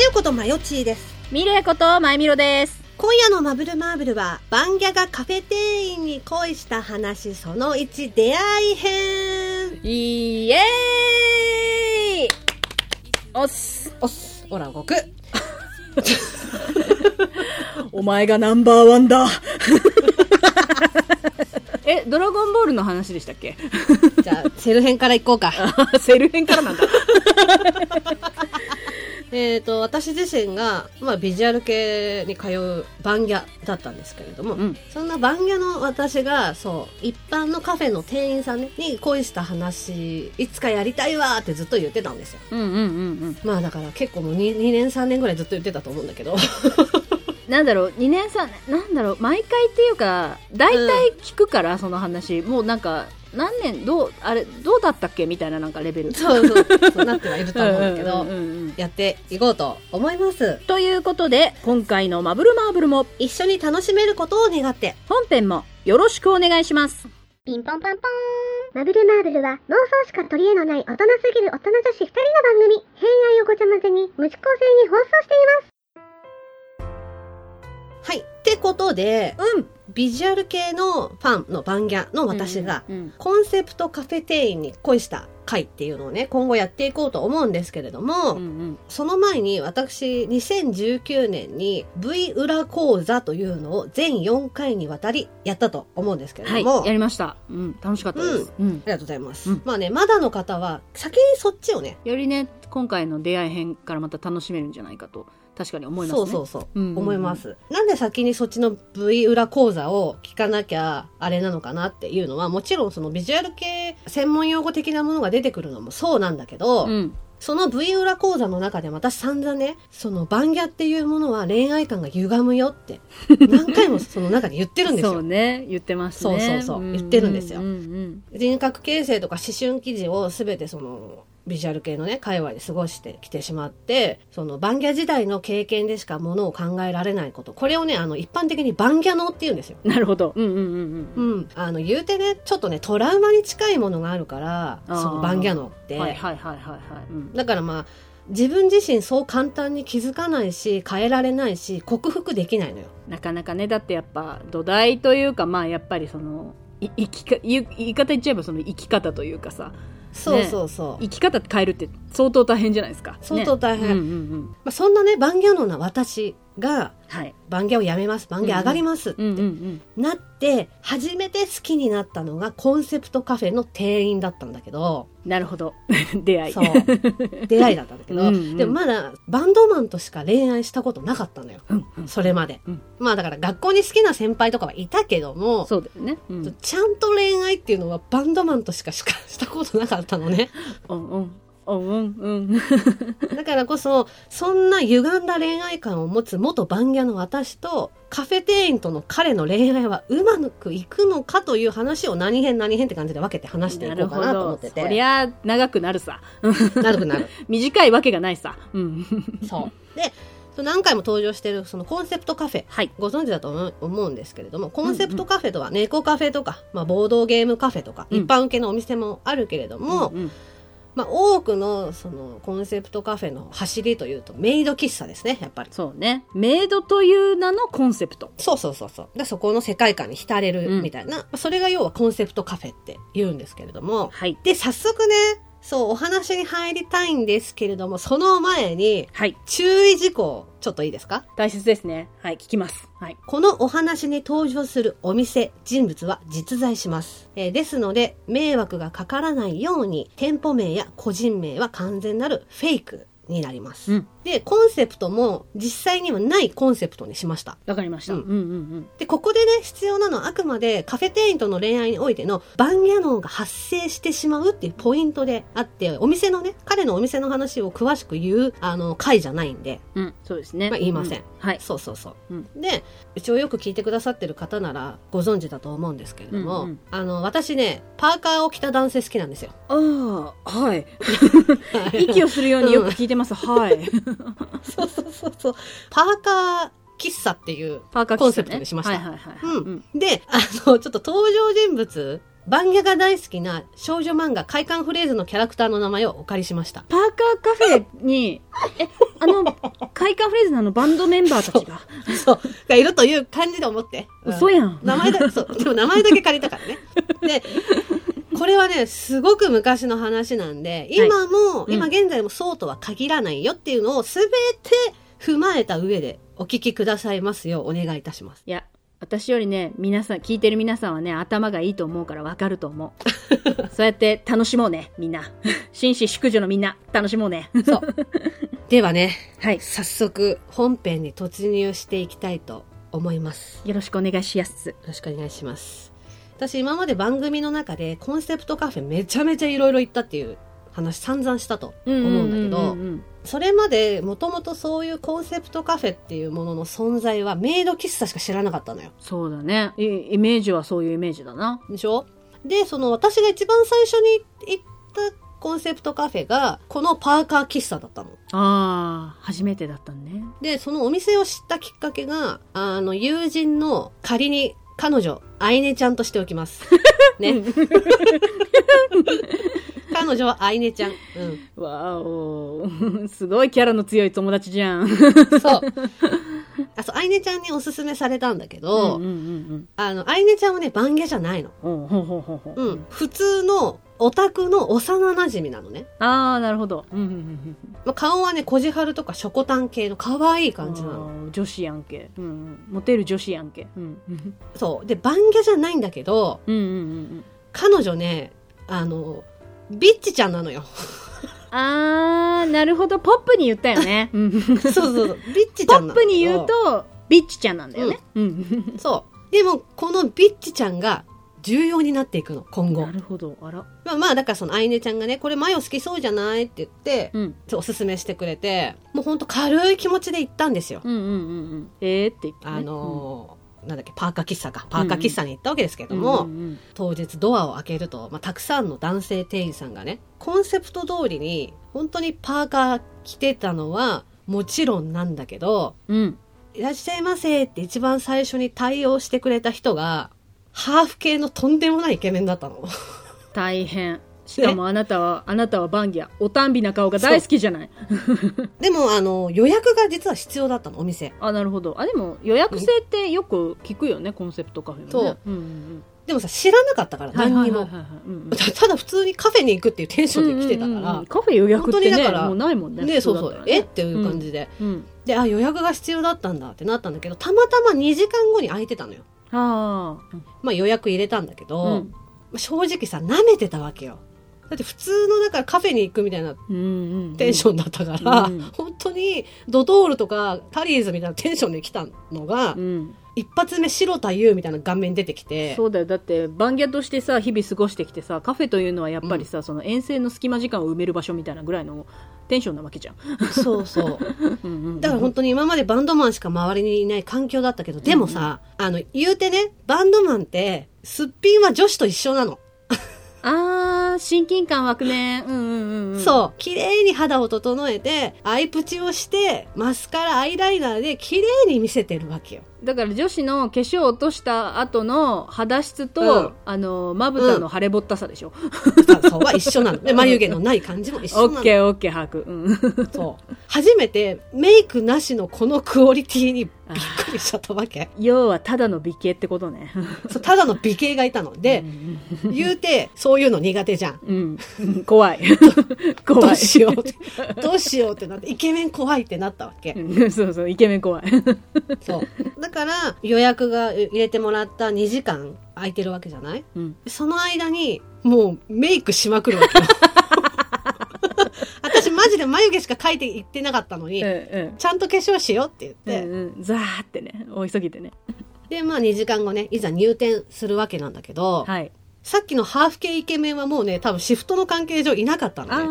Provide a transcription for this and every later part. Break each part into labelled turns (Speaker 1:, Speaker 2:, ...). Speaker 1: やことまよちーです。
Speaker 2: ミレイこと、まゆみろです。
Speaker 1: 今夜のマブルマーブルは、バンギャがカフェ店員に恋した話その1出会い編。
Speaker 2: イエーイおっす。
Speaker 1: おっす、オラ動く。
Speaker 2: お前がナンバーワンだ。 え、ドラゴンボールの話でしたっ け
Speaker 1: じゃあ、セル編からいこう か。
Speaker 2: セル編からなんだ。
Speaker 1: えっと、私自身が、まあ、ビジュアル系に通うバンギャだったんですけれども、
Speaker 2: うん
Speaker 1: そんなバンギャの私が、そう、一般のカフェの店員さんねに恋した話、いつかやりたいわーってずっと言ってたんですよ。
Speaker 2: うんうんうんうん。
Speaker 1: まあだから結構もう 2, 2年3年ぐらいずっと言ってたと思うんだけど。
Speaker 2: なんだろう、2年さ、なんだろう、毎回っていうか、大体聞くから、その話。もうなんか、何年、どう、あれ、どうだったっけみたいななんかレベル。
Speaker 1: そうそう、そうなってはいると思うんだけど、
Speaker 2: うんうんうんうん
Speaker 1: やっていこうと思います。
Speaker 2: ということで、今回のマブルマーブルも、
Speaker 1: 一緒に楽しめることを願って、
Speaker 2: 本編もよろしくお願いします。
Speaker 3: ピンポンパンポーン。マブルマーブルは妄想しか取り柄のない大人すぎる大人女子2人の番組。偏愛をごちゃ混ぜに無視構性に放送しています。
Speaker 1: はい。ってことで、
Speaker 2: うん。
Speaker 1: ビジュアル系のファンのバンギャの私が、
Speaker 2: うん。
Speaker 1: コンセプトカフェ店員に恋した回っていうのをね、今後やっていこうと思うんですけれども、
Speaker 2: うんうん。
Speaker 1: その前に私、2019年に V 裏講座というのを全4回にわたりやったと思うんですけれども、
Speaker 2: はい。やりました。うん。楽しかったです。うん
Speaker 1: あ。りがとうございます。
Speaker 2: うん
Speaker 1: まあね、まだの方は、先にそっちをね、
Speaker 2: よりね、今回の出会い編からまた楽しめるんじゃないかと、確かに思います
Speaker 1: そ
Speaker 2: ね。
Speaker 1: うそううそう、
Speaker 2: んうんうん
Speaker 1: 思います。なんで先にそっちの V 裏講座を聞かなきゃあれなのかなっていうのは、もちろんそのビジュアル系専門用語的なものが出てくるのもそうなんだけど、
Speaker 2: うん。
Speaker 1: その V 裏講座の中で私散々ね、そのバンギャっていうものは恋愛感が歪むよって、 何回もその中で言ってるんです
Speaker 2: そう
Speaker 1: よ。
Speaker 2: ね。言ってますね。
Speaker 1: そうそうそうん言ってるんですよ
Speaker 2: うんうん。
Speaker 1: 人格形成とか思春期時を全てその、ビジュアル系のね、界隈で過ごしてきてしまって、そのバンギャ時代の経験でしかものを考えられないこと。これをね、あの、一般的にバンギャ脳って言うんですよ。
Speaker 2: なるほど。うんうんうん
Speaker 1: う。ん。あの、言うてね、ちょっとね、トラウマに近いものがあるから、そ
Speaker 2: あー
Speaker 1: のバンギャ脳って。
Speaker 2: はいはいはいはいはい。うん
Speaker 1: だからまあ、自分自身そう簡単に気づかないし、変えられないし、克服できないのよ。
Speaker 2: なかなかね、だってやっぱ土台というか、まあやっぱりその、い生きか、言う言い方言っちゃえばその生き方というかさ、
Speaker 1: そうそうそう。
Speaker 2: 生き方変えるって相当大変じゃないですか。
Speaker 1: 相当大変
Speaker 2: ねうんうんうん。
Speaker 1: まあ、そんなね、バンギャ脳な私が、
Speaker 2: はい。
Speaker 1: バンギャをやめます、バンギャ上がりますって
Speaker 2: うんうんうん。
Speaker 1: なって、初めて好きになったのがコンセプトカフェの店員だったんだけ ど、
Speaker 2: なるほど。出会い。
Speaker 1: そう。出会いだったんだけど、
Speaker 2: うんうん
Speaker 1: でもまだバンドマンとしか恋愛したことなかったのよ。
Speaker 2: うんうん
Speaker 1: それまで。
Speaker 2: うん
Speaker 1: まあだから学校に好きな先輩とかはいたけども、
Speaker 2: そうだよね。うん。
Speaker 1: ちゃんと恋愛っていうのはバンドマンとしかしかしたことなかったの ね。
Speaker 2: うんうん。うんうんうん。
Speaker 1: だからこそ、そんな歪んだ恋愛観を持つ元バンギャの私と、カフェ店員との彼の恋愛はうまくいくのかという話を何編何編って感じで分けて話していこうかなと思ってて。
Speaker 2: そりゃ、長くなるさ。
Speaker 1: なるくなる。
Speaker 2: 短いわけがないさ。うん。
Speaker 1: そう。で、その何回も登場してるそのコンセプトカフェ。
Speaker 2: はい。
Speaker 1: ご存知だと思う思うんですけれども、コンセプトカフェとは猫カフェとか、まあ、ボードゲームカフェとか、
Speaker 2: うん
Speaker 1: 一般受けのお店もあるけれども、
Speaker 2: うんうん
Speaker 1: まあ、多くのそのコンセプトカフェの走りというとメイド喫茶ですねやっぱり
Speaker 2: そうね。メイドという名のコンセプト。
Speaker 1: そうそうそうそうでそこの世界観に浸れ
Speaker 2: う
Speaker 1: る
Speaker 2: ん
Speaker 1: みたいな、まあそれが要はコンセプトカフェって言うんですけれども
Speaker 2: はい。
Speaker 1: で早速ねそうお話に入りたいんですけれどもその前に
Speaker 2: はい。
Speaker 1: 注意事項ちょっといいですか
Speaker 2: 大切ですね。はい。聞きます。はい。
Speaker 1: このお話に登場するお店、人物は実在します。えーですので、迷惑がかからないように、店舗名や個人名は完全なるフェイクになります。
Speaker 2: うん
Speaker 1: で、コンセプトも実際にはないコンセプトにしました。
Speaker 2: わかりました。
Speaker 1: う
Speaker 2: うんんうん
Speaker 1: で、ここでね、必要なのはあくまでカフェ店員との恋愛においてのバンギャ脳が発生してしまうっていうポイントであって、お店のね、彼のお店の話を詳しく言う、あの、回じゃないんで、
Speaker 2: うん。うん。そうですね。
Speaker 1: まあ言いません
Speaker 2: うはい。
Speaker 1: そうそうそう。
Speaker 2: うん
Speaker 1: で、うちをよく聞いてくださってる方ならご存知だと思うんですけれども、
Speaker 2: うんうん
Speaker 1: あの、私ね、パーカーを着た男性好きなんですよ。
Speaker 2: ああ、はい。 息をするようによく聞いてま す。はい。
Speaker 1: そうそうそうそう。パーカー喫茶っていう。
Speaker 2: パーカー、ね、
Speaker 1: コンセプトにしました
Speaker 2: はいはいはい、はい。
Speaker 1: うん。で、あの、ちょっと登場人物、バンギャが大好きな少女漫画、快感フレーズのキャラクターの名前をお借りしました。
Speaker 2: パーカーカフェに、え、あの、快感フレーズのあのバンドメンバーたちが、
Speaker 1: そう。がいるという感じで思って。うん
Speaker 2: 嘘やん。
Speaker 1: 名前 だ、そう。でも名前だけ借りたからね。で、これはね、すごく昔の話なんで、今も、
Speaker 2: うん
Speaker 1: 今現在もそうとは限らないよっていうのを全て踏まえた上でお聞きくださいますようお願いいたします。
Speaker 2: いや、私よりね、皆さん、聞いてる皆さんはね、頭がいいと思うからわかると思う。そうやって楽しもうね、みんな。 紳士淑女のみんな、楽しもうね。
Speaker 1: ではね、
Speaker 2: はい。
Speaker 1: 早速本編に突入していきたいと思います。
Speaker 2: よろしくお願いしやす。
Speaker 1: よろしくお願いします。私今まで番組の中でコンセプトカフェめちゃめちゃいろいろ行ったっていう話散々したと思うんだけど、
Speaker 2: うん
Speaker 1: それまでもともとそういうコンセプトカフェっていうものの存在はメイド喫茶しか知らなかったのよ。
Speaker 2: そうだね。イイメージはそういうイメージだな。
Speaker 1: でしょで、その私が一番最初に行ったコンセプトカフェがこのパーカー喫茶だったの。
Speaker 2: ああ、初めてだったね。
Speaker 1: で、そのお店を知ったきっかけが、あの友人の仮に彼女、アイネちゃんとしておき ます。ね。彼女はアイネちゃん。う
Speaker 2: わお、 すごいキャラの強い友達じゃん。
Speaker 1: ん。そう。あ、そう、アイネちゃんにおすすめされたんだけど、
Speaker 2: うんうん
Speaker 1: あの、アイネちゃんはね、番下じゃないの。
Speaker 2: うんうん。ほうほうほうほう。
Speaker 1: うん。。普通のオタクの幼馴染なのね。
Speaker 2: ああ、なるほど。うんうんうん
Speaker 1: まあ、顔はね、小じはるとかショコタン系の可愛い
Speaker 2: うん。
Speaker 1: 感じなの。
Speaker 2: あー女子やんけ。うんうん。モテる女子やんけ。うん。うん
Speaker 1: そう。で、番下じゃないんだけど、
Speaker 2: うんうん
Speaker 1: 彼女ね、あの、ビッチちゃんなの よ。
Speaker 2: うん。ああ、なるほど。ポップに言ったよ ね。
Speaker 1: そうそうそう。ビッチち
Speaker 2: ポ
Speaker 1: ゃん
Speaker 2: ップに言うと、ビッチちゃんなんだよね。うん。
Speaker 1: と。そう。でも、このビッチちゃんが重要になっていくの、今後
Speaker 2: な。るほど。あら。
Speaker 1: まあまあ、だからその、アイネちゃんがね、これマヨ好きそうじゃないって言って、
Speaker 2: うん。
Speaker 1: おすすめしてくれて、もうほんと軽い気持ちで行ったんですよ。
Speaker 2: うんうんうんうん。ええって言って、ね。
Speaker 1: あのーなんだっけ、パーカー喫茶か。パーカー喫茶に行ったわけですけども、
Speaker 2: うんうん
Speaker 1: 当日ドアを開けると、まあ、たくさんの男性店員さんがね、コンセプト通りに、本当にパーカー着てたのは、もちろんなんだけど、
Speaker 2: うん、うん。
Speaker 1: いらっしゃいませって一番最初に対応してくれた人が、ハーフ系のとんでもないイケメンだったの。
Speaker 2: 大変。しかもあなたは、あなたはバンギャ。おたんびな顔が大好きじゃない。
Speaker 1: でも、あの、予約が実は必要だったの、お店。
Speaker 2: あ、なるほど。あ、でも予約制ってよく聞くよね、コンセプトカフェもね。
Speaker 1: そう。
Speaker 2: うんうん
Speaker 1: でもさ、知らなかったから、
Speaker 2: うん。はいは
Speaker 1: 何
Speaker 2: い
Speaker 1: に
Speaker 2: はい
Speaker 1: も。
Speaker 2: はい。うんうん
Speaker 1: たただ普通にカフェに行くっていうテンションで来てた
Speaker 2: うんうんうん
Speaker 1: か
Speaker 2: カフェ予約っ
Speaker 1: 本
Speaker 2: て
Speaker 1: 当に
Speaker 2: ね
Speaker 1: だから
Speaker 2: もうないもん
Speaker 1: ら。
Speaker 2: ね
Speaker 1: で、
Speaker 2: 普
Speaker 1: そ
Speaker 2: 通
Speaker 1: う
Speaker 2: だ
Speaker 1: そ
Speaker 2: ったら
Speaker 1: う。
Speaker 2: ね
Speaker 1: えっていう感じで。
Speaker 2: うん
Speaker 1: で、あ、予約が必要だったんだってなったんだけど、たまたま2時間後に空いてたのよ。
Speaker 2: あ
Speaker 1: まあ予約入れたんだけど、
Speaker 2: あ
Speaker 1: まあ正直さ、舐めてたわけよ。だって普通のだからカフェに行くみたいな
Speaker 2: うんうんうん
Speaker 1: テンションだったから、
Speaker 2: うん
Speaker 1: 本当にドトールとかタリーズみたいなテンションで来たのが、
Speaker 2: うん
Speaker 1: 一発目白田優みたいな顔面に出てきて、
Speaker 2: そうだよだってバンギャとしてさ日々過ごしてきてさカフェというのはやっぱりさ、その遠征の隙間時間を埋める場所みたいなぐらいのテンションなわけじゃん、
Speaker 1: そうそう。
Speaker 2: うんうんう ん
Speaker 1: だから本当に今までバンドマンしか周りにいない環境だったけど、でもさ、あの、言うてね、バンドマンって、すっぴんは女子と一緒なの。
Speaker 2: あー親近感湧くねうんうんうんうん
Speaker 1: そう。綺麗に肌を整えて、アイプチをして、マスカラ、アイライナーで綺麗に見せてるわけよ。
Speaker 2: だから女子の化粧を落とした後の肌質と、
Speaker 1: うん
Speaker 2: あのまぶたの腫れぼったさでしょ、
Speaker 1: そうは一緒なの。で、眉毛のない感じも一緒
Speaker 2: オ
Speaker 1: な
Speaker 2: ッ
Speaker 1: の。
Speaker 2: ケーオッケー把握うん
Speaker 1: そう。初めて、メイクなしのこのクオリティにびっくりしちゃったわけ。
Speaker 2: 要はただの美形ってことね
Speaker 1: そうただの美形がいたの。で
Speaker 2: う、ん
Speaker 1: 言うて、そういうの苦手じゃん。
Speaker 2: うん、うん怖い
Speaker 1: ど
Speaker 2: 怖
Speaker 1: う
Speaker 2: い
Speaker 1: しようって。どうしようってなって、イケメン怖いってなったわけ。
Speaker 2: うんそうそうイケメン怖い
Speaker 1: そう。だから、予約が入れてもらった2時間空いてるわけじゃない
Speaker 2: うん
Speaker 1: その間に、もうメイクしまくるわけよ。私マジで眉毛しか描いていってなかったのに、
Speaker 2: うんうん
Speaker 1: ちゃんと化粧しようって
Speaker 2: う
Speaker 1: 言って、
Speaker 2: んうん、ザーってね大急ぎでね
Speaker 1: で、まあ2時間後ね、いざ入店するわけなんだけど、
Speaker 2: はい
Speaker 1: さっきのハーフ系イケメンはもうね、多分シフトの関係上いなかったのね。
Speaker 2: ああ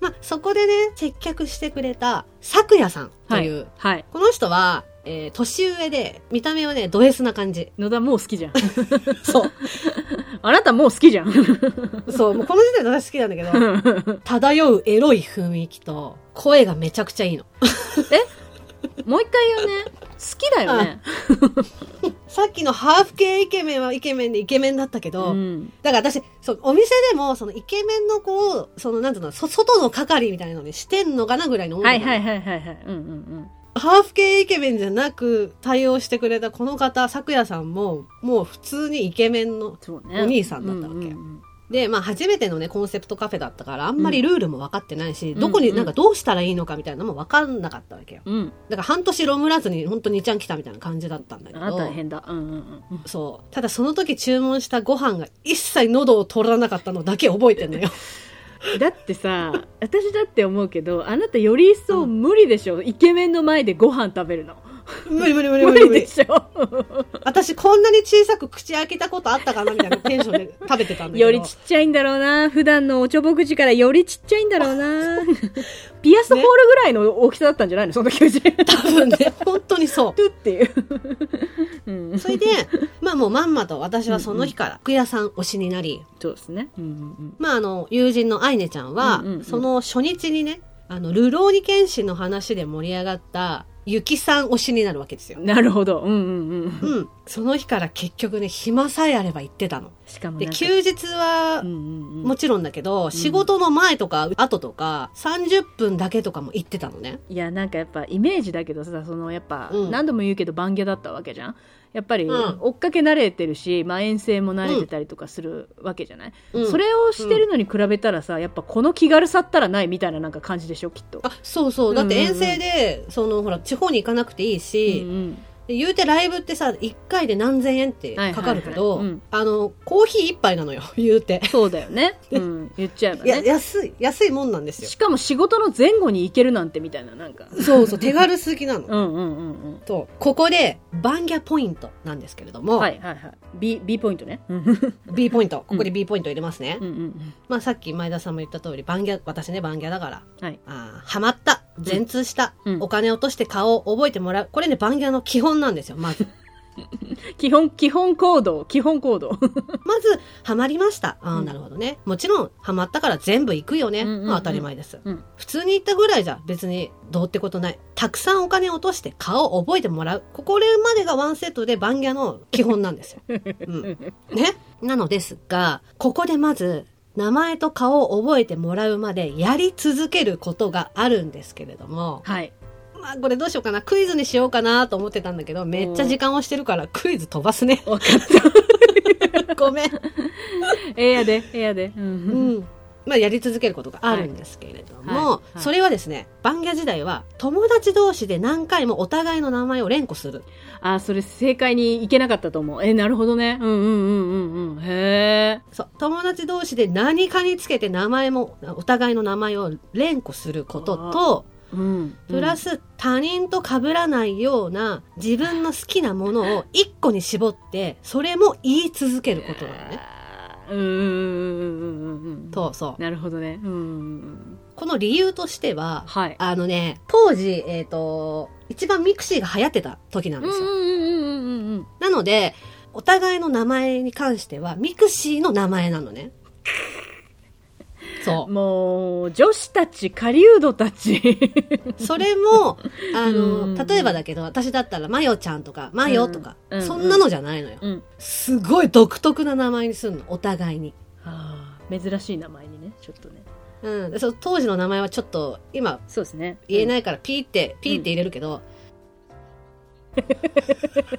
Speaker 1: まあそこでね、接客してくれた、咲夜さんと
Speaker 2: は
Speaker 1: いう、
Speaker 2: い、はい、
Speaker 1: この人は、えー年上で、見た目はね、ド S な感じ。
Speaker 2: 野田もう好きじゃん
Speaker 1: そう。
Speaker 2: あなたもう好きじゃん
Speaker 1: そう、もうこの時点で私好きなんだけど、漂うエロい雰囲気と、声がめちゃくちゃいいの。
Speaker 2: もう一回言うね好きだよね
Speaker 1: 咲さっきのハーフ系イケメンはイケメンでイケメンだったけど、
Speaker 2: うん
Speaker 1: だから私、そう、お店でも、そのイケメンの子を、その、なんていうの、そ外の係みたいなのにしてんのかなぐらいの思。
Speaker 2: はいはいいはいはいはいうんうん
Speaker 1: ハーフ系イケメンじゃなく対応してくれたこの方、咲夜さんも、もう普通にイケメンの。
Speaker 2: そうね
Speaker 1: お兄さんだったわけ
Speaker 2: うんうん
Speaker 1: で、まあ初めてのね、コンセプトカフェだったから、あんまりルールも分かってないし、
Speaker 2: うん
Speaker 1: どこ
Speaker 2: う
Speaker 1: に、
Speaker 2: ん
Speaker 1: なんかどうしたらいいのかみたいなのも分かんなかったわけよ。
Speaker 2: うん
Speaker 1: だから半年ロムらずに、本当にちゃん来たみたいな感じだったんだけ
Speaker 2: あ
Speaker 1: ど
Speaker 2: 大。変だうんうんうん
Speaker 1: そう。ただその時注文したご飯が一切喉を通らなかったのだけ覚えてんの よ。
Speaker 2: だってさ私だって思うけどあなたより一層無理でしょ、イケメンの前でご飯食べるの
Speaker 1: 無理無理無理
Speaker 2: 無
Speaker 1: 無理
Speaker 2: 理
Speaker 1: 無理
Speaker 2: で。しょ
Speaker 1: 私こんなに小さく口開けたことあったかなみたいなテンションで食べてたんだけど。
Speaker 2: よりちっちゃいんだろうな普段のおちょぼ口からよりちっちゃいんだろうなピアスホールぐらいの大きさだったんじゃないのその球児トゥ
Speaker 1: 多分ね、本当に そ
Speaker 2: っていう、うん
Speaker 1: う。、それで、まあもうまんまと私はその日から服屋さん推しになり、
Speaker 2: そうですね、うんうん
Speaker 1: まああの、友人のアイネちゃんは
Speaker 2: うんうんう、ん
Speaker 1: その初日にね、あの、ルローニケンシンの話で盛り上がった、ゆきさん推しになるわけですよ
Speaker 2: うん、。なるほどうんうんうん
Speaker 1: うん。その日から結局ね、暇さえあれば行ってたの。
Speaker 2: しかも
Speaker 1: で、
Speaker 2: なんか
Speaker 1: 休日は
Speaker 2: うんうんうん
Speaker 1: もちろんだけど、仕事の前とか後とか30分だけとかも行ってたのね。
Speaker 2: いやなんかやっぱイメージだけどさそのやっぱ、
Speaker 1: うん
Speaker 2: 何度も言うけど番下だったわけじゃんやっぱり、
Speaker 1: うん
Speaker 2: 追っかけ慣れてるし、まあ、遠征も慣れてたりとかするわけじゃない、
Speaker 1: うん
Speaker 2: それをしてるのに比べたらさ、やっぱこの気軽さったらないみたいななんか感じでしょきっと。
Speaker 1: あそうそうだって
Speaker 2: うん
Speaker 1: 遠
Speaker 2: うんうん
Speaker 1: 征で、そのほら地方に行かなくていいし、
Speaker 2: うんうん
Speaker 1: で言うてライブってさ1回で何千円ってかかるけど、
Speaker 2: はいはいはいうん
Speaker 1: あのコーヒー1杯なのよ 言うて、
Speaker 2: そうだよね、うん、言っちゃえば
Speaker 1: いや
Speaker 2: ね
Speaker 1: 安い安いもんなんですよ
Speaker 2: しかも仕事の前後に行けるなんてみたいななんか
Speaker 1: そうそう手軽すぎなの、
Speaker 2: うんうんうん
Speaker 1: とここでバンギャポイントなんですけれど
Speaker 2: う
Speaker 1: も、
Speaker 2: んはいはいはい B, B ポイントねうんうん
Speaker 1: B ポイントここで B ポイント入れますね、
Speaker 2: うん
Speaker 1: まあ、さっき前田さんも言った通りバンギャ私ねバンギャだから
Speaker 2: はい
Speaker 1: あーハマった全通した、
Speaker 2: うん
Speaker 1: お金落として顔を覚えてもらうこれねバンギャの基本なんですよまず
Speaker 2: 基本基本行動基本行動
Speaker 1: まずハマりましたああ
Speaker 2: うん
Speaker 1: なるほどねもちろんハマったから全部行くよね、
Speaker 2: うんうんうん
Speaker 1: まあ、当たり前です、
Speaker 2: うん
Speaker 1: 普通に行ったぐらいじゃ別にどうってことないたくさんお金落として顔を覚えてもらうここまでがワンセットでバンギャの基本なん ですよ、うん、ねなのですがここでまず名前と顔を覚えてもらうまでやり続けることがあるんですけれども、
Speaker 2: はい。
Speaker 1: まあこれどうしようかな。クイズにしようかなと思ってたんだけど、めっちゃ時間をしてるからクイズ飛ばすね
Speaker 2: 分かった
Speaker 1: ごめん。
Speaker 2: ええやで、ええやで。う。
Speaker 1: うんん。まあやり続けることがあるんですけれども、
Speaker 2: はいはいはい
Speaker 1: それはですね、バンギャ時代は友達同士で何回もお互いの名前を連呼する。
Speaker 2: あ、それ正解にいけなかったと思う。え、なるほどね。うんうんうんうんうん。へえ。
Speaker 1: そう。友達同士で何かにつけて名前も、お互いの名前を連呼することと、
Speaker 2: うん。
Speaker 1: プラ
Speaker 2: ス。
Speaker 1: ス他人と被らないような自分の好きなものを一個に絞って、それも言い続けることなのね。
Speaker 2: うんうんうんうんうんうんうん。。
Speaker 1: そうそう。
Speaker 2: なるほどね。うんうんうん。
Speaker 1: この理由としては、
Speaker 2: はい。
Speaker 1: あのね、当時、えっ、と、一番ミクシーが流行ってた時なん
Speaker 2: う
Speaker 1: で
Speaker 2: んう
Speaker 1: すよ。
Speaker 2: んうんうんうんうん。
Speaker 1: なので、お互いの名前に関しては、ミクシーの名前なのね。そ
Speaker 2: もう、女子たち、狩人たち。
Speaker 1: う。それ も、あ
Speaker 2: うん
Speaker 1: の、例えばだけど、私だったら、マヨちゃんとか、マヨとか、
Speaker 2: うんうん
Speaker 1: そんなのじゃないのよ。
Speaker 2: うん。
Speaker 1: すごい独特な名前にするの、お互いに。
Speaker 2: ああ、珍しい名前にね、ちょっとね。
Speaker 1: うん。でその当時の名前はちょっと、今、
Speaker 2: そうですね。。
Speaker 1: 言えないいから、ピーって、ピーって入れるけど、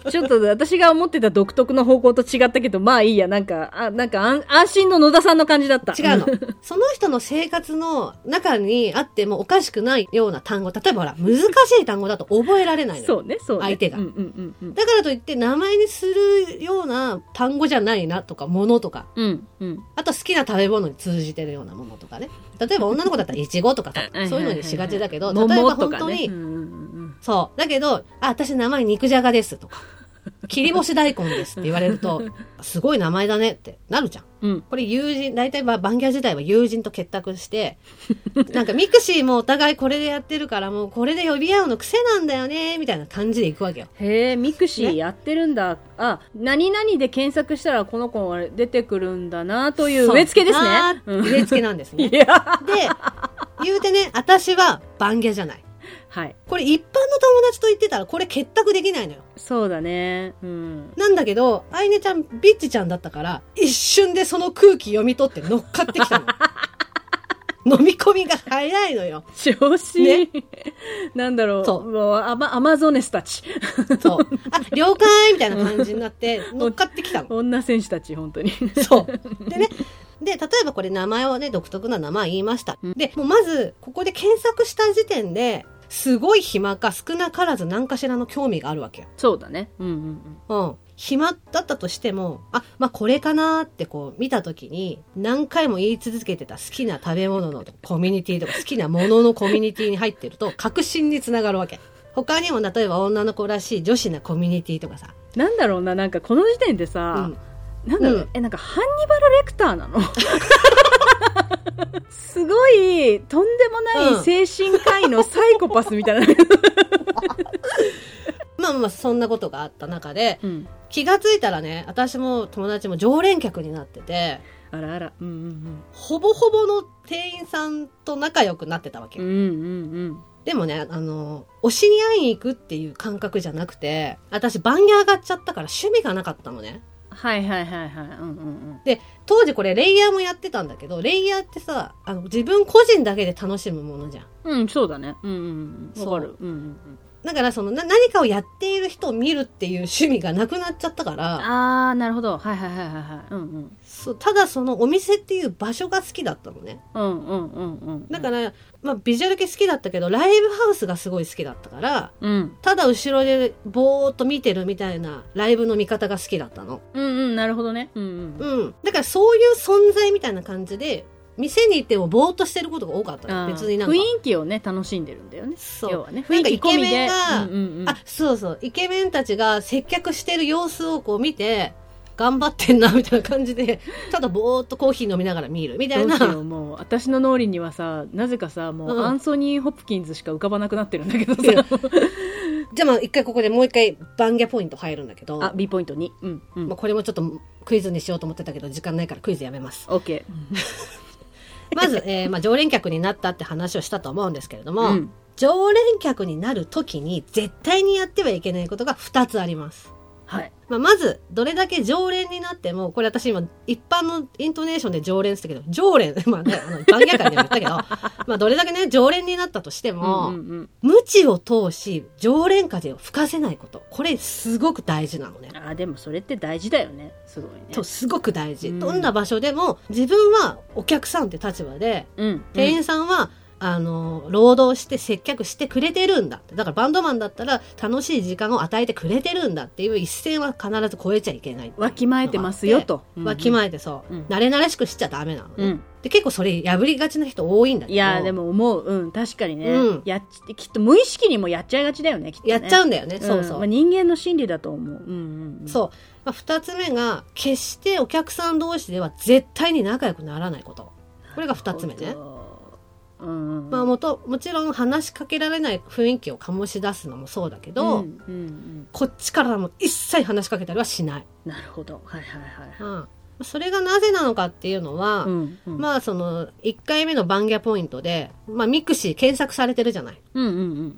Speaker 2: ちょっと私が思ってた独特の方向と違ったけど、まあいいや、なんか、あ、なんか安、安心の野田さんの感じだった。
Speaker 1: 違うの。 その人の生活の中にあってもおかしくないような単語。例えばほら、難しい単語だと覚えられないの。
Speaker 2: そうね、そうね。
Speaker 1: 相手が
Speaker 2: うんうんうんうん。
Speaker 1: だからといって名前にするような単語じゃないなとか、ものとか。
Speaker 2: うんうん。
Speaker 1: あと好きな食べ物に通じてるようなものとかね。例えば女の子だったらイチゴとかさ
Speaker 2: はいはいはいはい
Speaker 1: そういうのにしがちだけど、例え
Speaker 2: 桃
Speaker 1: ば
Speaker 2: と
Speaker 1: 本
Speaker 2: か
Speaker 1: 当に、
Speaker 2: ねうんうん
Speaker 1: そう。だけど、あ、私名前肉じゃがですとか、切り干し大根ですって言われると、すごい名前だねってなるじゃん。
Speaker 2: うんうん。
Speaker 1: これ友人、大体ババンギャ時代は友人と結託して、なんかミクシーもお互いこれでやってるからもうこれで呼び合うの癖なんだよね、みたいな感じで行くわけよ。
Speaker 2: へえ、ミクシーやってるんだ。あ、何々で検索したらこの子は出てくるんだな、という
Speaker 1: そ
Speaker 2: 植え付けですね
Speaker 1: あー。
Speaker 2: うん
Speaker 1: 植え付けなんですね。
Speaker 2: い
Speaker 1: で
Speaker 2: や、
Speaker 1: 言うてね、私はバンギャじゃない。
Speaker 2: はい
Speaker 1: これ一般の友達と言ってたらこれ結託できないのよ。
Speaker 2: そうだねうん
Speaker 1: なんだけど、アイネちゃん、ビッチちゃんだったから、一瞬でその空気読み取って乗っかってきたの。 飲み込みが早いのよ。
Speaker 2: 調子、
Speaker 1: ね
Speaker 2: なんだろう
Speaker 1: そう
Speaker 2: もうアマアマゾネスたち
Speaker 1: そう。あ、了解みたいな感じになって、乗っかってきたの。
Speaker 2: 女選手たち本当に
Speaker 1: そう。でね。で、例えばこれ名前をね、独特な名前言いました。で、もうまず、ここで検索した時点で、すごい暇か少なからず何かしらの興味があるわけよ。
Speaker 2: そうだねうんうんうん
Speaker 1: うん。暇だったとしても、あ、まあ、これかなーってこう見たときに、何回も言い続けてた好きな食べ物のコミュニティとか好きなもののコミュニティに入ってると、確信につながるわけ。他にも例えば女の子らしい女子なコミュニティとかさ。
Speaker 2: なんだろうななんかこの時点で
Speaker 1: う
Speaker 2: さ
Speaker 1: ん、。
Speaker 2: なんだろう、
Speaker 1: うん
Speaker 2: えなんかハンニバル・レクターなの すごいとんでも
Speaker 1: う
Speaker 2: なんい精神科医のサイコパスみたいな、
Speaker 1: まあまあ、そんなことがあった中で、
Speaker 2: うん、
Speaker 1: 気がついたらね、私も友達も常連客になってて、
Speaker 2: あらあらうんうん
Speaker 1: ほぼほぼの店員さんと仲良くなってたわけ
Speaker 2: うんう。んうんうん
Speaker 1: でもね、あの、推しに会いに行くっていう感覚じゃなくて、私、番屋上がっちゃったから趣味がなかったのね。
Speaker 2: はいはいはいはいうんうん
Speaker 1: 当時これ、レイヤーもやってたんだけど、レイヤーってさ、あの、自分個人だけで楽しむものじゃん。
Speaker 2: うんうんそうだねうんうんうん
Speaker 1: そう
Speaker 2: わかるうんうんうん
Speaker 1: だから、その、な、何かをやっている人を見るっていう趣味がなくなっちゃったから、
Speaker 2: ああなるほどはいはいはいはいはいうんうん
Speaker 1: そう、ただそのお店っていう場所が好きだったのね。
Speaker 2: うんうんうんうん
Speaker 1: だから、まあ、ビジュアル系好きだったけど、ライブハウスがすごい好きだったから、
Speaker 2: うん
Speaker 1: ただ後ろでぼーっと見てるみたいなライブの見方が好きだったの。
Speaker 2: うんうんなるほどねうんうん
Speaker 1: うん。だからそういう存在みたいな感じで、店に行ってもぼーっとしてることが多かった
Speaker 2: あ
Speaker 1: の。
Speaker 2: ー
Speaker 1: 別になんか。
Speaker 2: 雰囲気をね楽しんでるんだよね
Speaker 1: そう
Speaker 2: 要はね雰
Speaker 1: なん
Speaker 2: 囲
Speaker 1: か
Speaker 2: 気
Speaker 1: イケ
Speaker 2: 込み
Speaker 1: メン
Speaker 2: で
Speaker 1: が
Speaker 2: うんうんうん
Speaker 1: あ、そうそう。イケメンたちが接客してる様子をこう見て、頑張ってんな、みたいな感じで、ただぼーっとコーヒー飲みながら見る、みたい
Speaker 2: どう
Speaker 1: な。
Speaker 2: しようもう私の脳裏にはさなぜかさもう、
Speaker 1: うん
Speaker 2: アンソニー・ホプキンズしか浮かばなくなってるんだけど
Speaker 1: いや
Speaker 2: さ
Speaker 1: じゃあまあ一回ここでもう一回番ギャポイント入るんだけど、
Speaker 2: あ B ポイント2うんうん、
Speaker 1: まあこれもちょっとクイズにしようと思ってたけど、時間ないからクイズやめます。
Speaker 2: オッケ
Speaker 1: まず、えーまあ常連客になったって話をしたと思うんですけれど
Speaker 2: ー
Speaker 1: も、
Speaker 2: うん
Speaker 1: 常連客になる時に絶対にやってはいけないことが2つあります。
Speaker 2: はい
Speaker 1: まあ、まず、どれだけ常連になっても、これ私今、一般のイントネーションで常連って言ったけど、常連、 まあね、あの、番屋会でも言ったけ ど、まあ、どれだけね、常連になったとしても、
Speaker 2: うんうんうん
Speaker 1: 無知を通し、常連風を吹かせないこと。これ、すごく大事なのね。
Speaker 2: あーでもそれって大事だよねすごいね
Speaker 1: と、すごく大事。
Speaker 2: うん
Speaker 1: どんな場所でも、自分はお客さんって立場で、
Speaker 2: うん
Speaker 1: 店員さんは、あの、労働して接客してくれてるんだって。だからバンドマンだったら楽しい時間を与えてくれてるんだっていう一線は必ず超えちゃいけないっていうのがあ
Speaker 2: わ
Speaker 1: って。
Speaker 2: きまえてますよと
Speaker 1: わきまえてそう。
Speaker 2: うん
Speaker 1: 慣れ慣れしくしちゃダメなの、
Speaker 2: う
Speaker 1: ね
Speaker 2: ん
Speaker 1: で、結構それ破りがちな人多いんだけど。
Speaker 2: いやーで。も思ううん確かにね、
Speaker 1: うん
Speaker 2: やっちきっと無意識にもやっちゃいがちだよねきっとね
Speaker 1: やっちゃうんだよね。そうそう。
Speaker 2: んまあ、人間の心理だと思う、うんうんうん、
Speaker 1: そう。まあ、二つ目が、決してお客さん同士では絶対に仲良くならないこと。これが二つ目ね。
Speaker 2: そううんうん
Speaker 1: まあ、もと、もちろん話しかけられない雰囲気を醸し出すのもそうだけど、
Speaker 2: うんうんうん
Speaker 1: こっちからも一切話しかけたりはしない。
Speaker 2: なるほどはいはいはいは
Speaker 1: うん、それがなぜなのかっていうのは、
Speaker 2: い、んうん
Speaker 1: まあその1回目の番ギャポイントで、まあ、ミクシー検索されてるじゃない。
Speaker 2: うんうんう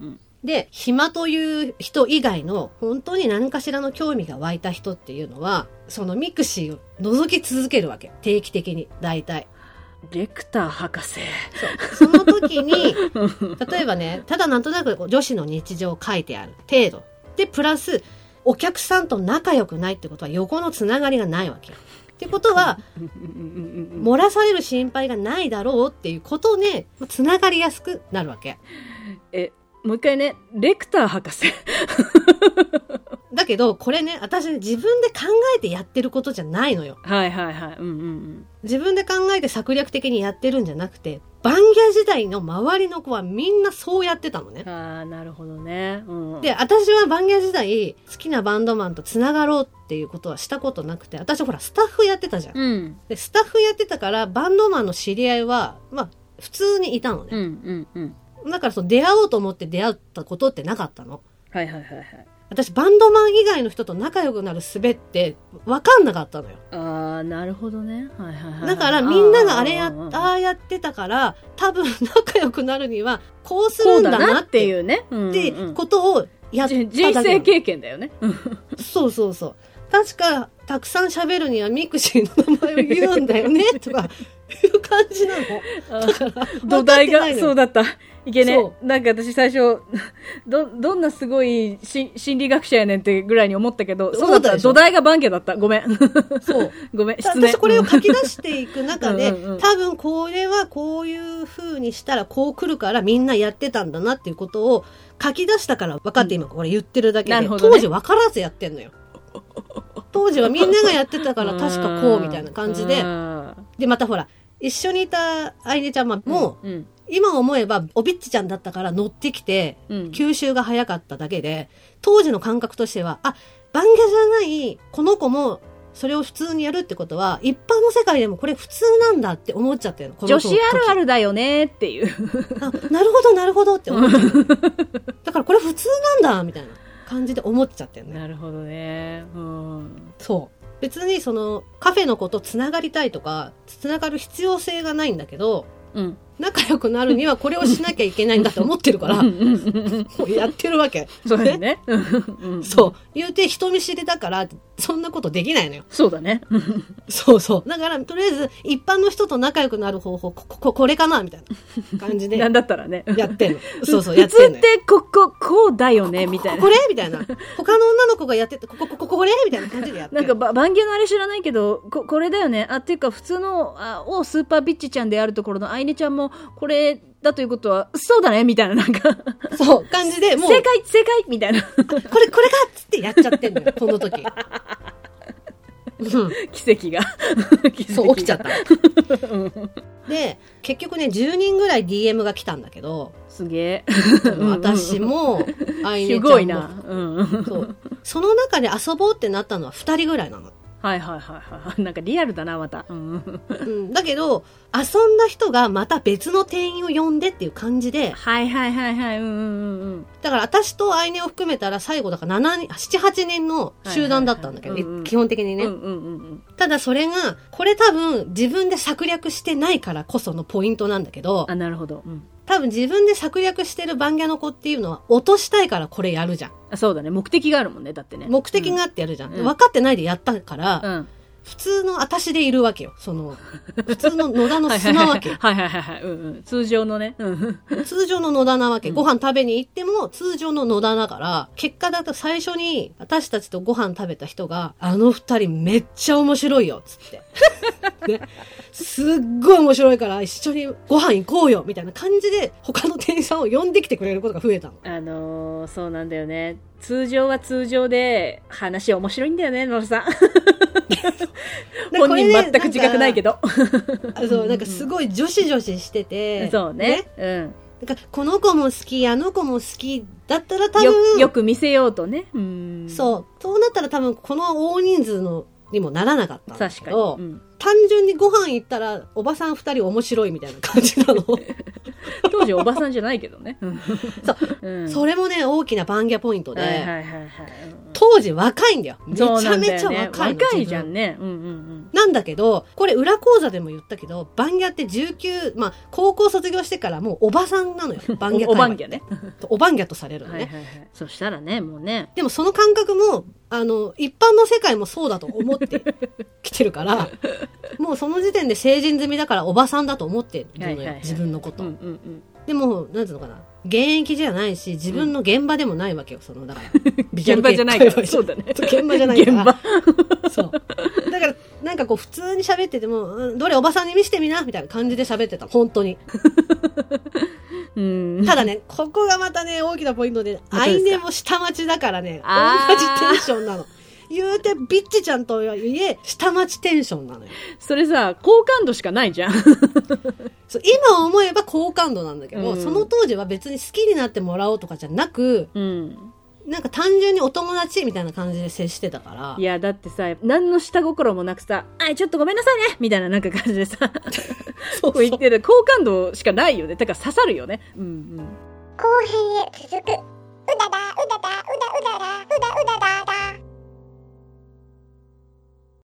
Speaker 2: ん
Speaker 1: で暇という人以外の本当に何かしらの興味が湧いた人っていうのはそのミクシーを覗き続けるわけ定期的に大体
Speaker 2: うんレクター博士
Speaker 1: そうその時 に例えばねただなんとなくこう女子の日常を書いてある程度でプラスお客さんと仲良くないってことは横のつながりがないわけよってことは
Speaker 2: うんうんうんうん
Speaker 1: 漏らされる心配がないだろうっていうことで、まあつながりやすくなるわけ。
Speaker 2: えもう一回ねレクター博士
Speaker 1: だけど、これね、私ね自分で考えてやってることじゃないのよ。
Speaker 2: はいはいはいうんうん
Speaker 1: 自分で考えて策略的にやってるんじゃなくて、バンギャ時代の周りの子はみんなそうやってたのね
Speaker 2: うん。ああなるほどね、うん、
Speaker 1: で、私はバンギャ時代、好きなバンドマンと繋がろうっていうことはしたことなくて、私ほら、スタッフやってたじゃん。
Speaker 2: うん
Speaker 1: で、スタッフやってたから、バンドマンの知り合いは、まあ、普通にいたの
Speaker 2: う
Speaker 1: ね。
Speaker 2: んうんうん
Speaker 1: だから、その出会おうと思って出会ったことってなかったの。
Speaker 2: はいはいはいはい
Speaker 1: 私バンドマン以外の人と仲良くなる術って分かんなかったのよ
Speaker 2: ああなるほどねはいはいはい
Speaker 1: だからみんながあれや
Speaker 2: うんうんうん
Speaker 1: ああやってたから多分仲良くなるにはこうす
Speaker 2: こ
Speaker 1: る
Speaker 2: うんだ
Speaker 1: だ
Speaker 2: な
Speaker 1: な
Speaker 2: っ
Speaker 1: ってて
Speaker 2: い
Speaker 1: いう
Speaker 2: ね、うんうん
Speaker 1: ってことをやっただけ
Speaker 2: じ
Speaker 1: なの
Speaker 2: 人生経験だよね うん
Speaker 1: そうそうそう。確か、たくさん喋るにはミクシーの名前を言うんだよね、と か、いう感じなの。
Speaker 2: 土台
Speaker 1: 分かってない
Speaker 2: が
Speaker 1: のよ
Speaker 2: そうだったいけね
Speaker 1: そ
Speaker 2: なんか私最初どどんなすごいし心理学者やねんってぐらいに思ったけどそうだ
Speaker 1: 思
Speaker 2: っ
Speaker 1: った
Speaker 2: た
Speaker 1: でしょ
Speaker 2: 土台が番家だったごめん
Speaker 1: そう。
Speaker 2: ごめん失念
Speaker 1: 私これを書き出していく中で
Speaker 2: うんうんうん、
Speaker 1: 多分これはこういう風にしたらこう来るからみんなやってたんだなっていうことを書き出したから分かって今これ言ってるだけ
Speaker 2: な
Speaker 1: で、
Speaker 2: るほどね
Speaker 1: 当時分からずやってんのよ。当時はみんながやってたから確かこうみたいな感じで
Speaker 2: う、ん
Speaker 1: でまたほら、一緒にいた愛音ちゃんはもう、
Speaker 2: うん
Speaker 1: 今思えばおびっちちゃんだったから乗ってきて
Speaker 2: うん
Speaker 1: 吸収が早かっただけで当時の感覚としてはあバンギャじゃないこの子もそれを普通にやるってことは一般の世界でもこれ普通なんだって思っちゃってるのこの
Speaker 2: 女子あるあ
Speaker 1: る
Speaker 2: るだよねっていう
Speaker 1: なるほどなるほどって思 っちゃうだからこれ普通なんだみたいな感じで思っちゃってるね
Speaker 2: なるほどねうん
Speaker 1: そう別にそのカフェの子とつながりたいとかつながる必要性がないんだけど
Speaker 2: うん
Speaker 1: 仲良くなるにはこれをしなきゃいけないんだって思ってるから
Speaker 2: うんうんうん
Speaker 1: も うやってるわけ
Speaker 2: そうだよねうん
Speaker 1: そう。言うて人見知りだから、そんなことできないのよ。
Speaker 2: そうだね
Speaker 1: そうそう。だから、とりあえず、一般の人と仲良くなる方法、こ、こ、これかなみたいな感じで、
Speaker 2: な
Speaker 1: や
Speaker 2: んだったらね
Speaker 1: ってんの。そうそう、
Speaker 2: 普
Speaker 1: やって
Speaker 2: 通
Speaker 1: んの
Speaker 2: っ
Speaker 1: よ。
Speaker 2: てこここうだよねみたい
Speaker 1: ここ
Speaker 2: な
Speaker 1: れみたいな。他の女の子がやってて、ここ、ここ、これみたいな感じでやって
Speaker 2: なん
Speaker 1: る
Speaker 2: かば番芸のあれ知らないけどここれだよねあっていうか普通のあをスーパービッチちゃんであるところのあいねちゃんもこれだということはそうだねみたいななんか
Speaker 1: そう、感じで、もう、
Speaker 2: 正解正解みたいな
Speaker 1: あこれ、これかっつってやっちゃってんのよ、この時。 うん
Speaker 2: 奇跡が
Speaker 1: そう、起きちゃったた。で、結局ね、10人ぐらい DM が来たんだけど、
Speaker 2: すげえ
Speaker 1: 私 も、あいねちゃ
Speaker 2: す
Speaker 1: んも
Speaker 2: ごいな、うん、
Speaker 1: そう。その中で遊ぼうってなったのは2人ぐらいなの。
Speaker 2: はいはいはいはいなんかリアルだなまた、うん、
Speaker 1: うん。だけど、遊んだ人がまた別の店員を呼んでっていう感じで、
Speaker 2: はいはいはいはいうんうんうん
Speaker 1: だから私とアイネを含めたら最後だから7人、7、8人の集団だったんだけど、
Speaker 2: はいはいはい
Speaker 1: 基本的に
Speaker 2: うん
Speaker 1: ね、
Speaker 2: うんうん
Speaker 1: ただそれが、これ多分自分で策略してないからこそのポイントなんだけど
Speaker 2: あ、なるほど、うん、
Speaker 1: 多分自分で策略してる番屋の子っていうのは落としたいからこれやるじゃん。
Speaker 2: あそうだね目的があるもんねだってね
Speaker 1: 目的があってやるじゃん。
Speaker 2: うん
Speaker 1: 分かってないでやったから、
Speaker 2: うん、うん
Speaker 1: 普通の私でいるわけよ。その、普通の野田の素なわけよ。
Speaker 2: はいはいはいはい、うんうん、通常のね、うん、
Speaker 1: 通常の野田なわけ。
Speaker 2: うん
Speaker 1: ご飯食べに行っても通常の野田だから、結果だと最初に私たちとご飯食べた人が、あの二人めっちゃ面白いよ、つ って。ね、すっごい面白いから一緒にご飯行こうよ、みたいな感じで他の店員さんを呼んできてくれることが増えたの。
Speaker 2: あのー、そうなんだよね通常は通常で話面白いんだよね野田さ ん
Speaker 1: で
Speaker 2: 本
Speaker 1: これ
Speaker 2: 人
Speaker 1: ね
Speaker 2: 全く自覚ないけど。
Speaker 1: あそう、なんかすごい女子女子してて
Speaker 2: そうね。うん
Speaker 1: なんかこの子も好き、あの子も好きだったら多
Speaker 2: よ
Speaker 1: 分、
Speaker 2: よく見せようとねうん
Speaker 1: そう。そうなったら多分この大人数のにもならなかったんだ
Speaker 2: 確
Speaker 1: け
Speaker 2: か
Speaker 1: ど
Speaker 2: に、うん
Speaker 1: 単純にご飯行ったらおばさん二人面白いみたいな感じなの。
Speaker 2: 当時おばさんじゃないけどね、
Speaker 1: そう
Speaker 2: うん、
Speaker 1: それもね、大きな番ギャポイントで、
Speaker 2: はいはいはいはいうん
Speaker 1: 当時若いんだよ。めち
Speaker 2: そうな
Speaker 1: ゃ
Speaker 2: ん
Speaker 1: め
Speaker 2: だよ
Speaker 1: ちゃ
Speaker 2: ね
Speaker 1: 若いの。
Speaker 2: 若いじゃん
Speaker 1: 自分
Speaker 2: ねうんうん
Speaker 1: なんだけど、これ裏講座でも言ったけど、バンギャって19、まあ、高校卒業してからもうおばさんなのよ。バ
Speaker 2: う
Speaker 1: ン
Speaker 2: ん
Speaker 1: ギャ
Speaker 2: おおばん
Speaker 1: 界
Speaker 2: ぎゃね
Speaker 1: 隈とおばんギャとされるの
Speaker 2: は
Speaker 1: ね。
Speaker 2: いはいはいそしたらねもうね
Speaker 1: でもその感覚も、あの、一般の世界もそうだと思ってきてる から、もうその時点で成人済みだからおばさんだと思ってるのよ、
Speaker 2: はいはいはい
Speaker 1: 自分のこと。
Speaker 2: うんうんうん
Speaker 1: でも、なんていうのかな。現役じゃないし、自分の現場でもないわけよ、その、だから。
Speaker 2: 現場じゃないから
Speaker 1: ビジュアル系
Speaker 2: そうだね
Speaker 1: 現場じゃないから。
Speaker 2: 現
Speaker 1: そう。だから、なんかこう、普通に喋ってても、うんどれおばさんに見せてみな、みたいな感じで喋ってた、本当に。
Speaker 2: うん
Speaker 1: ただね、ここがまたね、大きなポイントで、
Speaker 2: 当ですか
Speaker 1: アイネも下町だからね、
Speaker 2: あ
Speaker 1: 同
Speaker 2: ー
Speaker 1: じテンションなの。言うて、ビッチちゃんとはいえ、下町テンションなのよ。
Speaker 2: それさ好感度しかないじゃん
Speaker 1: そう今思えば好感度なんだけど、
Speaker 2: うん
Speaker 1: その当時は別に好きになってもらおうとかじゃなく、
Speaker 2: うん、
Speaker 1: なんか単純にお友達みたいな感じで接してたから
Speaker 2: い。やだってさ何の下心もなくさ「あちょっとごめんなさいね」みたいななんか感じでさ
Speaker 1: そう
Speaker 2: こう言ってる好感度しかないよねだから刺さるよねうん
Speaker 3: 後編へ続く。うだだ、うだだ、うだうだら、うだうだだだ